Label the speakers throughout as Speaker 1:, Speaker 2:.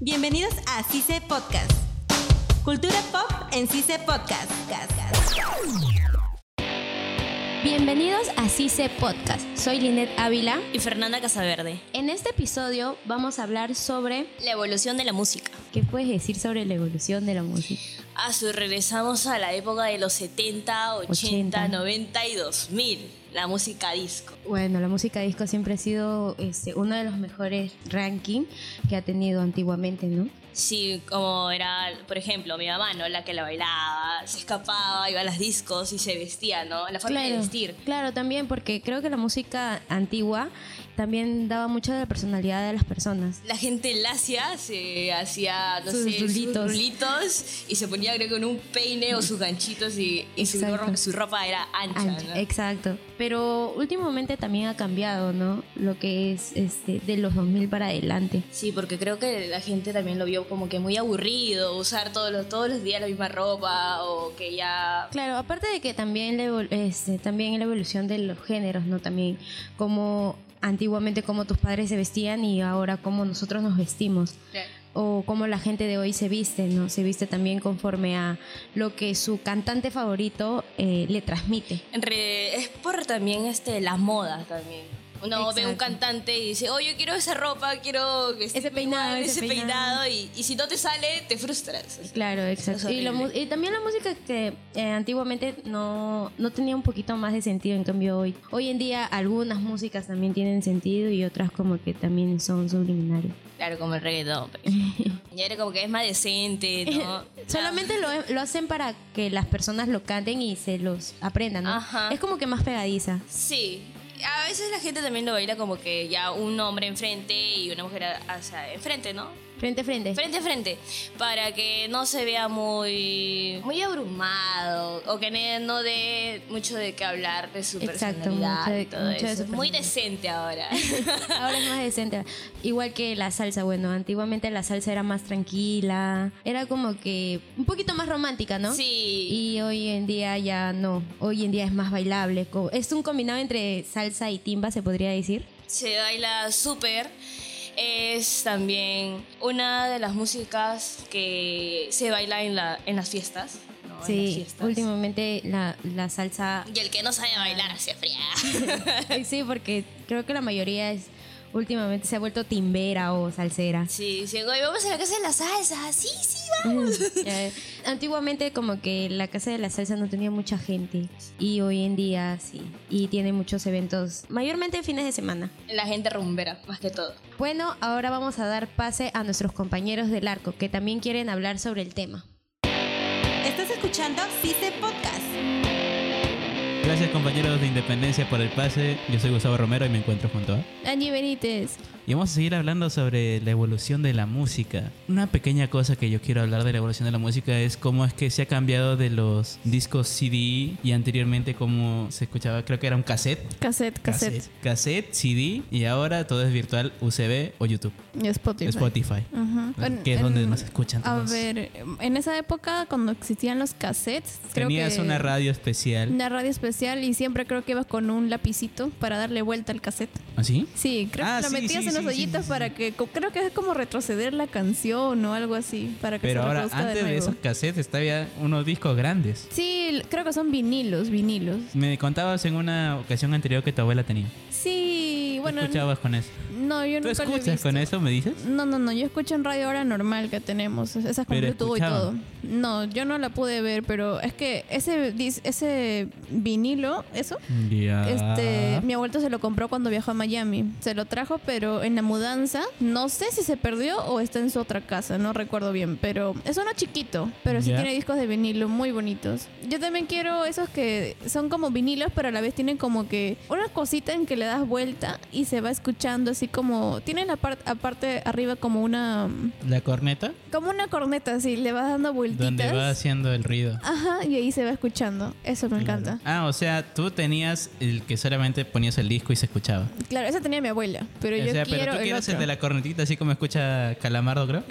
Speaker 1: Bienvenidos a CICE Podcast. Cultura pop en CICE Podcast.
Speaker 2: Bienvenidos a CICE Podcast. Soy Linet Ávila.
Speaker 3: y Fernanda Casaverde.
Speaker 2: En este episodio vamos a hablar sobre...
Speaker 3: La evolución de la música.
Speaker 2: ¿Qué puedes decir sobre la evolución de la música?
Speaker 3: Ah, su regresamos a la época de los 70, 80,
Speaker 2: 80.
Speaker 3: 90 y 2000. La música disco.
Speaker 2: Bueno, la música disco siempre ha sido este, uno de los mejores rankings que ha tenido antiguamente, ¿no?
Speaker 3: Sí, como era, por ejemplo, mi mamá, ¿no? La que la bailaba, se escapaba, iba a las discos y se vestía, ¿no? La forma de vestir.
Speaker 2: Claro, también porque creo que la música antigua también daba mucho de la personalidad de las personas.
Speaker 3: La gente lacia se hacía, no
Speaker 2: Sus
Speaker 3: sé,
Speaker 2: rulitos.
Speaker 3: sus rulitos y se ponía, creo que con un peine o sus ganchitos y, y su,
Speaker 2: Exacto.
Speaker 3: ro- su ropa era ancha,
Speaker 2: Ancho,
Speaker 3: ¿no?
Speaker 2: Exacto. Pero últimamente también ha cambiado, ¿no? Lo que es este, de los 2000 para adelante.
Speaker 3: Sí, porque creo que la gente también lo vio como que muy aburrido, usar todos los, todos los días la misma ropa o que ya...
Speaker 2: Claro, aparte de que también la, evol- este, también la evolución de los géneros, ¿no? También como antiguamente como tus padres se vestían y ahora como nosotros nos vestimos o como la gente de hoy se viste, ¿no? Se viste también conforme a lo que su cantante favorito eh, le transmite.
Speaker 3: En re- es por también este, las modas también. Uno ve un
Speaker 2: Exacto.
Speaker 3: cantante y dice, oh, yo quiero esa ropa, quiero vestirme
Speaker 2: peinado,
Speaker 3: igual,
Speaker 2: ese
Speaker 3: ese
Speaker 2: peinado".
Speaker 3: peinado", y, y si no te sale, te frustras.
Speaker 2: Claro, exacto. Y, la mu-
Speaker 3: horrible.
Speaker 2: y también la música que eh, antiguamente no, no tenía un poquito más de sentido, en cambio hoy. Hoy en día algunas músicas también tienen sentido y otras como que también son subliminales.
Speaker 3: Claro, como el reggaetón. pues. Ya era como que es más decente, ¿no?
Speaker 2: Solamente lo, lo hacen para que las personas lo canten y se los aprendan, ¿no?
Speaker 3: Ajá.
Speaker 2: Es como que más pegadiza.
Speaker 3: Sí. A veces la gente también lo baila como que ya un hombre enfrente y una mujer a- hacia enfrente, ¿no?
Speaker 2: Frente a frente.
Speaker 3: frente a frente para que no se vea muy muy abrumado o que ne- no dé mucho de qué hablar de su
Speaker 2: Exacto,
Speaker 3: personalidad
Speaker 2: mucho de-
Speaker 3: y todo
Speaker 2: mucho de
Speaker 3: eso.
Speaker 2: su
Speaker 3: muy
Speaker 2: personalidad.
Speaker 3: decente ahora
Speaker 2: Ahora es más decente. Igual que la salsa, bueno, antiguamente la salsa era más tranquila, era como que un poquito más romántica, ¿no?
Speaker 3: sí
Speaker 2: Y hoy en día ya no, hoy en día es más bailable. co- Es un combinado entre salsa y timba, se podría decir.
Speaker 3: se baila súper es también una de las músicas que se baila en la en las fiestas ¿no? En las
Speaker 2: sí,
Speaker 3: fiestas.
Speaker 2: últimamente la, la salsa
Speaker 3: y el que no sabe bailar hacia fría
Speaker 2: Ay, Sí, porque creo que la mayoría es últimamente se ha vuelto timbera o salsera.
Speaker 3: sí sí "Oye, vamos a la casa de la salsa sí sí vamos
Speaker 2: Ya, eh. Antiguamente como que la casa de la salsa no tenía mucha gente y hoy en día sí y tiene muchos eventos, mayormente fines de semana.
Speaker 3: la gente rumbera más que todo
Speaker 2: Bueno, ahora vamos a dar pase a nuestros compañeros del arco que también quieren hablar sobre el tema.
Speaker 1: Estás escuchando CICE Podcast.
Speaker 4: Gracias compañeros de Independencia por el pase. Yo soy Gustavo Romero y me encuentro junto a...
Speaker 2: Angie Benítez,
Speaker 4: Y vamos a seguir hablando sobre la evolución de la música. Una pequeña cosa que yo quiero hablar de la evolución de la música es cómo es que se ha cambiado de los discos CD y anteriormente cómo se escuchaba, creo que era un cassette.
Speaker 5: Cassette, cassette.
Speaker 4: Cassette, cassette, CD y ahora todo es virtual, UCB o YouTube,
Speaker 5: Y Spotify.
Speaker 4: Spotify,
Speaker 5: Ajá. En-
Speaker 4: que es donde
Speaker 5: en-
Speaker 4: nos escuchan
Speaker 5: A
Speaker 4: todos.
Speaker 5: ver, en esa época cuando existían los cassettes, creo
Speaker 4: Tenías
Speaker 5: que
Speaker 4: una radio especial.
Speaker 5: una radio especial y siempre creo que ibas con un lapicito para darle vuelta al cassette.
Speaker 4: ¿Así?
Speaker 5: Sí, creo
Speaker 4: Ah,
Speaker 5: que lo
Speaker 4: sí,
Speaker 5: metías
Speaker 4: sí,
Speaker 5: en
Speaker 4: sí,
Speaker 5: los
Speaker 4: sí,
Speaker 5: hoyitos
Speaker 4: sí,
Speaker 5: para
Speaker 4: sí.
Speaker 5: que co- creo que es como retroceder la canción o algo así para que
Speaker 4: Pero
Speaker 5: se
Speaker 4: ahora,
Speaker 5: reproduzca
Speaker 4: antes de,
Speaker 5: de nuevo.
Speaker 4: esos cassettes, había unos discos grandes.
Speaker 5: Sí, l- creo que son vinilos, vinilos.
Speaker 4: Me contabas en una ocasión anterior que tu abuela tenía.
Speaker 5: Sí,
Speaker 4: ¿Tú
Speaker 5: bueno,
Speaker 4: escuchabas con eso?
Speaker 5: no, yo
Speaker 4: ¿Tú
Speaker 5: nunca lo he
Speaker 4: escuchas
Speaker 5: visto.
Speaker 4: con eso, me dices?
Speaker 5: No, no, no, yo escucho en radio ahora normal que tenemos, esas con
Speaker 4: Pero
Speaker 5: Bluetooth y todo.
Speaker 4: escuchaban.
Speaker 5: No, yo no la pude ver, pero es que ese dis- ese vinilo, eso,
Speaker 4: Ya. Ah.
Speaker 5: este, mi abuelito se lo compró cuando viajó a Miami. Se lo trajo, pero en la mudanza, no sé si se perdió o está en su otra casa, no recuerdo bien, pero es uno chiquito, pero sí
Speaker 4: Ya.
Speaker 5: tiene discos de vinilo muy bonitos. Yo también quiero esos que son como vinilos, pero a la vez tienen como que una cosita en que le das vuelta y se va escuchando así como tienen la parte aparte arriba como una
Speaker 4: La corneta,
Speaker 5: como una corneta así, le vas dando vueltitas.
Speaker 4: donde va haciendo el ruido.
Speaker 5: Ajá, y ahí se va escuchando. Eso Ah, me encanta.
Speaker 4: Ah, o sea, tú tenías el que solamente ponías el disco y se escuchaba.
Speaker 5: Claro, esa tenía mi abuela, pero
Speaker 4: o
Speaker 5: yo
Speaker 4: sea,
Speaker 5: quiero
Speaker 4: pero tú
Speaker 5: el
Speaker 4: quieres el
Speaker 5: otro. Eh.
Speaker 4: de la cornetita, así como escucha Calamardo, creo.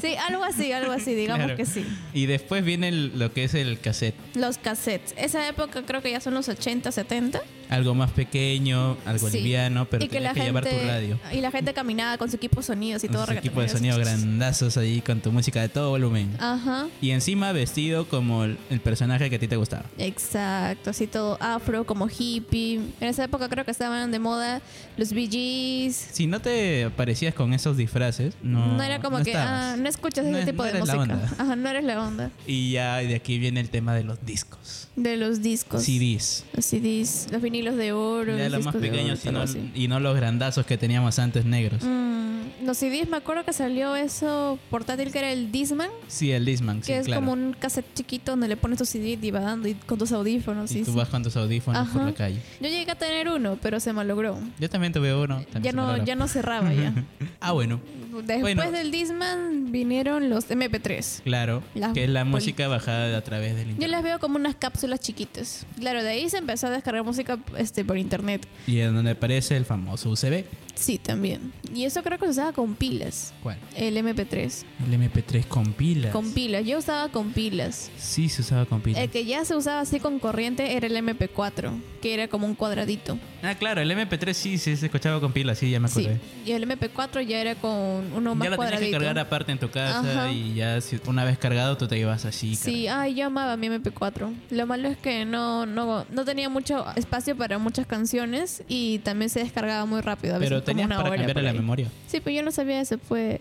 Speaker 5: Sí, algo así, algo así, digamos
Speaker 4: Claro.
Speaker 5: que sí.
Speaker 4: Y después viene el- lo que es el cassette.
Speaker 5: Los cassettes. Esa época creo que ya son los 80, 70.
Speaker 4: algo más pequeño, algo
Speaker 5: Sí.
Speaker 4: liviano, pero
Speaker 5: Y que
Speaker 4: tenías
Speaker 5: la
Speaker 4: que, llevar tu radio.
Speaker 5: Y la gente caminaba con su equipo de sonidos y
Speaker 4: Con
Speaker 5: todo
Speaker 4: sus equipos de
Speaker 5: reggaetonero.
Speaker 4: sonido grandazos ahí con tu música de todo volumen.
Speaker 5: Ajá.
Speaker 4: Y encima vestido como el, el personaje que a ti te gustaba.
Speaker 5: Exacto, así todo afro, como hippie. En esa época creo que estaban de moda los Bee Gees.
Speaker 4: Si no te parecías con esos disfraces, no.
Speaker 5: No, era como que,
Speaker 4: estabas.
Speaker 5: ah, no escuchas ese
Speaker 4: No es-
Speaker 5: tipo
Speaker 4: no
Speaker 5: de
Speaker 4: eres la
Speaker 5: música.
Speaker 4: onda.
Speaker 5: Ajá, no eres la onda.
Speaker 4: Y ya de aquí viene el tema de los discos.
Speaker 5: De los discos.
Speaker 4: CDs.
Speaker 5: Los CDs, los vinilos de oro.
Speaker 4: Ya
Speaker 5: los
Speaker 4: los más
Speaker 5: discos de oro,
Speaker 4: pequeños y
Speaker 5: algo
Speaker 4: no,
Speaker 5: así.
Speaker 4: y no los grandazos que teníamos antes negros.
Speaker 5: Mm, los CDs, me acuerdo que salió eso portátil que era el Disman,
Speaker 4: Sí, el Disman, sí,
Speaker 5: que es
Speaker 4: claro.
Speaker 5: como un cassette chiquito donde le pones tu CD divagando y con tus audífonos.
Speaker 4: y
Speaker 5: sí,
Speaker 4: tú
Speaker 5: sí.
Speaker 4: vas con tus audífonos por
Speaker 5: Ajá.
Speaker 4: la calle.
Speaker 5: Yo llegué a tener uno, pero se malogró.
Speaker 4: Yo también tuve uno. también
Speaker 5: Ya
Speaker 4: se
Speaker 5: no,
Speaker 4: paró.
Speaker 5: ya no cerraba ya.
Speaker 4: Ah, bueno,
Speaker 5: Después
Speaker 4: Bueno.
Speaker 5: del Disman vinieron los MP3.
Speaker 4: claro.
Speaker 5: Las
Speaker 4: que es la
Speaker 5: poli-
Speaker 4: música bajada a través del
Speaker 5: Yo
Speaker 4: internet.
Speaker 5: las veo como unas cápsulas chiquitas. Claro, de ahí se empezó a descargar música este, por internet.
Speaker 4: Y en donde aparece el famoso UCB.
Speaker 5: Sí, también. Y eso creo que se usaba con pilas.
Speaker 4: ¿Cuál?
Speaker 5: El MP3.
Speaker 4: El MP3 con pilas.
Speaker 5: Con pilas. Yo usaba con pilas.
Speaker 4: Sí, se usaba con pilas.
Speaker 5: El que ya se usaba así con corriente era el MP4, que era como un cuadradito.
Speaker 4: Ah, claro, el MP3 sí, sí se escuchaba con pilas, sí, ya me
Speaker 5: Sí.
Speaker 4: acordé.
Speaker 5: Y el MP4 ya era con uno más
Speaker 4: Ah, ya lo tenías que
Speaker 5: cuadradito.
Speaker 4: cargar aparte en tu casa
Speaker 5: Ajá.
Speaker 4: y ya si- una vez cargado tú te ibas así.
Speaker 5: Sí, ay, yo amaba mi MP4. Lo malo es que no, no, no tenía mucho espacio para muchas canciones y también se descargaba muy rápido. A veces
Speaker 4: Pero
Speaker 5: como
Speaker 4: tenías
Speaker 5: una
Speaker 4: para
Speaker 5: hora
Speaker 4: cambiarle
Speaker 5: por
Speaker 4: la
Speaker 5: ahí.
Speaker 4: memoria.
Speaker 5: Sí, pero yo no sabía eso, pues.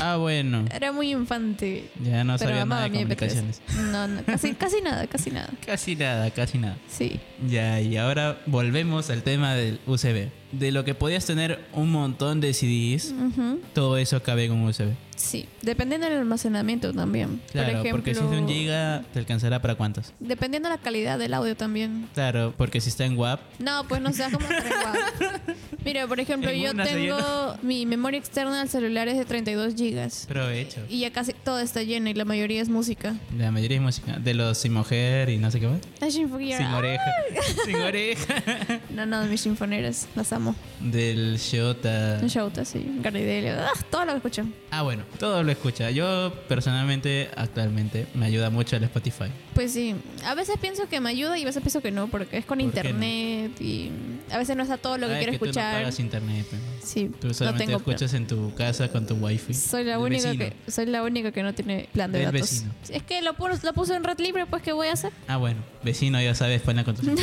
Speaker 4: Ah, bueno.
Speaker 5: Era muy infante.
Speaker 4: Ya no
Speaker 5: pero
Speaker 4: sabía nada
Speaker 5: amaba
Speaker 4: de
Speaker 5: mi MP3.
Speaker 4: comunicaciones.
Speaker 5: No, no, casi, casi nada, casi nada.
Speaker 4: Casi nada, casi nada.
Speaker 5: Sí.
Speaker 4: Ya, y ahora volvemos al tema del UCB. De lo que podías tener un montón de CDs,
Speaker 5: Ujú.
Speaker 4: todo eso cabe en un USB.
Speaker 5: Sí. Dependiendo del almacenamiento también.
Speaker 4: Claro,
Speaker 5: por ejemplo,
Speaker 4: porque si es de un giga, te alcanzará para cuántos.
Speaker 5: Dependiendo de la calidad del audio también.
Speaker 4: Claro, porque si está en WAP,
Speaker 5: No, pues no sea como Mira, por ejemplo,
Speaker 4: En
Speaker 5: yo
Speaker 4: una se
Speaker 5: tengo mi memoria externa del celular es de 32 gigas.
Speaker 4: provecho.
Speaker 5: Y ya casi todo está lleno y la mayoría es música.
Speaker 4: La mayoría es música. De los sin mujer y no sé qué más.
Speaker 5: Sin
Speaker 4: Sin oreja. sin oreja.
Speaker 5: No, no, mis sinfoneras, las amo.
Speaker 4: Del Shota.
Speaker 5: Shouta, sí, Gardel, ah, todo lo que escucho.
Speaker 4: Ah, bueno, todo lo escucha. Yo personalmente, actualmente, me ayuda mucho el Spotify.
Speaker 5: Pues sí, a veces pienso que me ayuda y a veces pienso que no, porque es con
Speaker 4: ¿Por qué no?
Speaker 5: internet y a veces no está todo lo que
Speaker 4: Ah, es
Speaker 5: quiero
Speaker 4: tú no
Speaker 5: escuchar.
Speaker 4: pagas internet. pe.
Speaker 5: sí,
Speaker 4: Tú
Speaker 5: no
Speaker 4: solamente
Speaker 5: tengo plan.
Speaker 4: escuchas en tu casa con tu wifi.
Speaker 5: Soy la
Speaker 4: del
Speaker 5: única
Speaker 4: vecino.
Speaker 5: que soy la única que no tiene plan de
Speaker 4: Del
Speaker 5: datos.
Speaker 4: vecino.
Speaker 5: Es que lo puse, lo puse en red libre, pues qué voy a hacer?
Speaker 4: Ah, bueno, vecino ya sabes, pon la contraseña.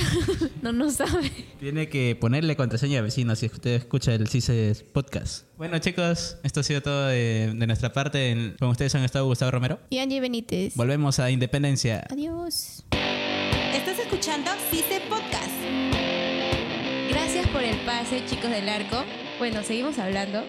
Speaker 5: No no sabe.
Speaker 4: Tiene que ponerle contraseña a vecino si usted escucha el CICES podcast. Bueno, chicos, esto ha sido todo de, de nuestra parte. En- Con ustedes han estado Gustavo Romero.
Speaker 5: Y Angie Benítez.
Speaker 4: Volvemos a Independencia.
Speaker 5: Adiós.
Speaker 1: Estás escuchando CICE Podcast.
Speaker 2: Gracias por el pase, chicos del arco. Bueno, seguimos hablando.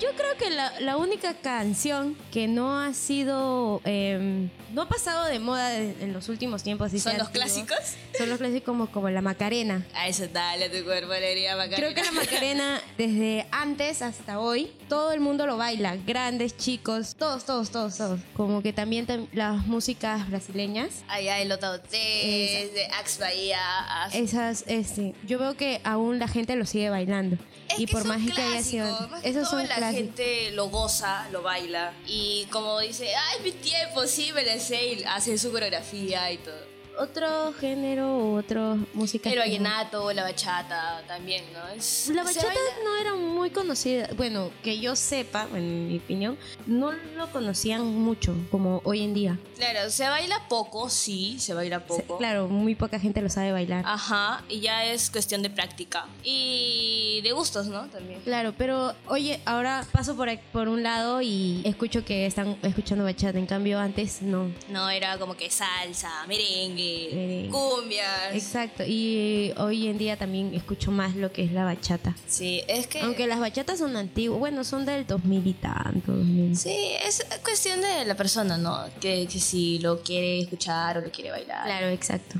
Speaker 2: Yo creo que la, la única canción que no ha sido, eh, no ha pasado de moda de- en los últimos tiempos. así
Speaker 3: ¿Son
Speaker 2: sea
Speaker 3: los
Speaker 2: antiguo,
Speaker 3: clásicos?
Speaker 2: Son los clásicos como, como la Macarena.
Speaker 3: A eso dale a tu cuerpo alegría,
Speaker 2: Creo que la Macarena desde antes hasta hoy, todo el mundo lo baila, grandes, chicos, todos, todos, todos, todos. Como que también tam- las músicas brasileñas
Speaker 3: Allá de Lota T, de Ax Bahía. Ax-
Speaker 2: Esas, este, yo veo que aún la gente lo sigue bailando.
Speaker 3: Es
Speaker 2: y
Speaker 3: que
Speaker 2: por
Speaker 3: son
Speaker 2: más que haya
Speaker 3: clásicos,
Speaker 2: sido.
Speaker 3: más que
Speaker 2: Esos
Speaker 3: todo
Speaker 2: son
Speaker 3: la
Speaker 2: clásicos.
Speaker 3: gente lo goza, lo baila. Y como dice, ay, mi tiempo, sí, me la sé. Y hace su coreografía y todo.
Speaker 2: Otro género u otra música.
Speaker 3: El
Speaker 2: que- Pues
Speaker 3: vallenato, la bachata también, ¿no? Es-
Speaker 2: La
Speaker 3: se
Speaker 2: bachata
Speaker 3: baila.
Speaker 2: no era muy conocida. Bueno, que yo sepa, en mi opinión, no lo conocían mucho como hoy en día.
Speaker 3: Claro, se baila poco, sí, se baila
Speaker 2: Se-
Speaker 3: poco. Ah.
Speaker 2: Claro, muy poca gente lo sabe bailar.
Speaker 3: Ajá, y ya es cuestión de práctica. Y de gustos, ¿no? También.
Speaker 2: Claro, pero oye, ahora paso por, ac- por un lado y escucho que están escuchando bachata. En cambio, antes no.
Speaker 3: No, era como que salsa, merengue,
Speaker 2: Merengue.
Speaker 3: cumbias.
Speaker 2: Exacto. Y hoy en día también escucho más lo que es la bachata.
Speaker 3: sí, es que...
Speaker 2: Aunque las bachatas son antiguas, bueno, son del 2000 y tanto. 2000.
Speaker 3: Sí, es cuestión de la persona, ¿no? Que, que si lo quiere escuchar o lo quiere bailar.
Speaker 2: Claro, exacto.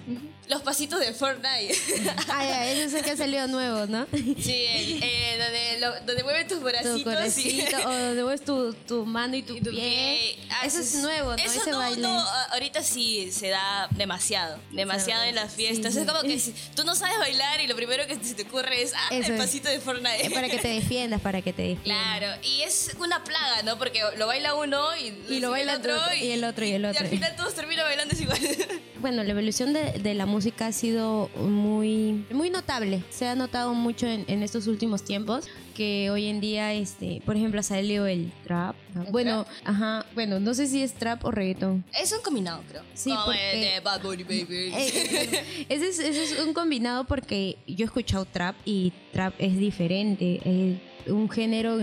Speaker 3: Los pasitos de Fortnite.
Speaker 2: Ah, ya, ese es el que ha salido nuevo, ¿no?
Speaker 3: sí, el- eh, donde, lo- donde mueven tus bracitos.
Speaker 2: Tu
Speaker 3: y-
Speaker 2: corazoncito, o donde mueves tu, tu mano y tu,
Speaker 3: y tu
Speaker 2: pie.
Speaker 3: pie. Ah,
Speaker 2: Eso es nuevo, ¿no?
Speaker 3: Eso
Speaker 2: Ese
Speaker 3: no,
Speaker 2: baile.
Speaker 3: no, a- ahorita sí se da demasiado, demasiado en las fiestas.
Speaker 2: sí.
Speaker 3: Es como que si tú no sabes bailar y lo primero que se te ocurre es, ah,
Speaker 2: Eso
Speaker 3: el
Speaker 2: es.
Speaker 3: pasito de Fortnite.
Speaker 2: para que te defiendas, para que te defiendas.
Speaker 3: Claro, y es una plaga, ¿no? Porque lo baila uno y, sigue
Speaker 2: baila otro, y el otro, y el otro.
Speaker 3: Y al final todos terminan bailando igual.
Speaker 2: Bueno, la evolución de, de la música ha sido muy, muy notable. Se ha notado mucho en, en estos últimos tiempos que hoy en día, este, por ejemplo, ha salido el trap. ¿no? Bueno, ajá, bueno, no sé si es trap o reggaetón.
Speaker 3: es un combinado, creo.
Speaker 2: Sí,
Speaker 3: como
Speaker 2: porque-
Speaker 3: el de Bad Bunny Baby.
Speaker 2: Eh, ese, es, ese es un combinado porque yo he escuchado trap y trap es diferente. Es un género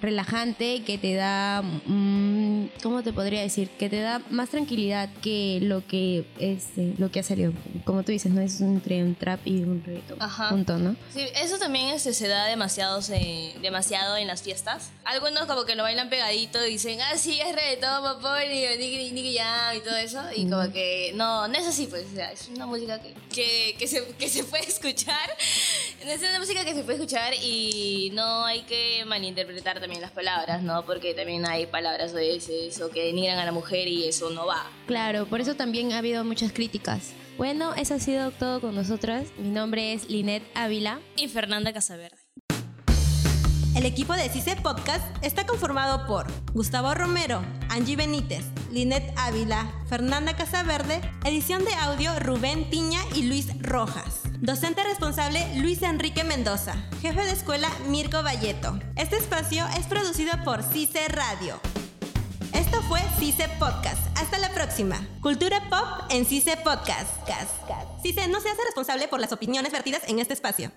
Speaker 2: relajante que te da, mm, ¿cómo te podría decir? Que te da más tranquilidad que lo que este, lo que ha salido. Como tú dices, no es entre un trap y un reggaetón.
Speaker 3: Ajá.
Speaker 2: Junto, ¿no?
Speaker 3: Sí, eso también este, se da demasiado, se- demasiado en las fiestas. Algunos como que lo bailan pegadito y dicen, ah, sí, es reggaetón, papá, y Nicky Nicky Jam y todo eso. Y como que, no, no es así, pues, o sea, es una música que, que, que se, que se puede escuchar. Es una música que se puede escuchar y no hay que malinterpretar también las palabras, ¿no? Porque también hay palabras o veces o que denigran a la mujer y eso no va.
Speaker 2: Claro, por eso también ha habido muchas críticas. Bueno, eso ha sido todo con nosotras. Mi nombre es Linet Ávila.
Speaker 3: Y Fernanda Casaverde.
Speaker 1: El equipo de CICE Podcast está conformado por Gustavo Romero, Angie Benítez, Linet Ávila, Fernanda Casaverde, edición de audio Rubén Tiña y Luis Rojas. Docente responsable Luis Enrique Mendoza, jefe de escuela Mirko Valleto. Este espacio es producido por CICE Radio. Esto fue CICE Podcast. Hasta la próxima. Cultura pop en CICE Podcast. CICE no se hace responsable por las opiniones vertidas en este espacio.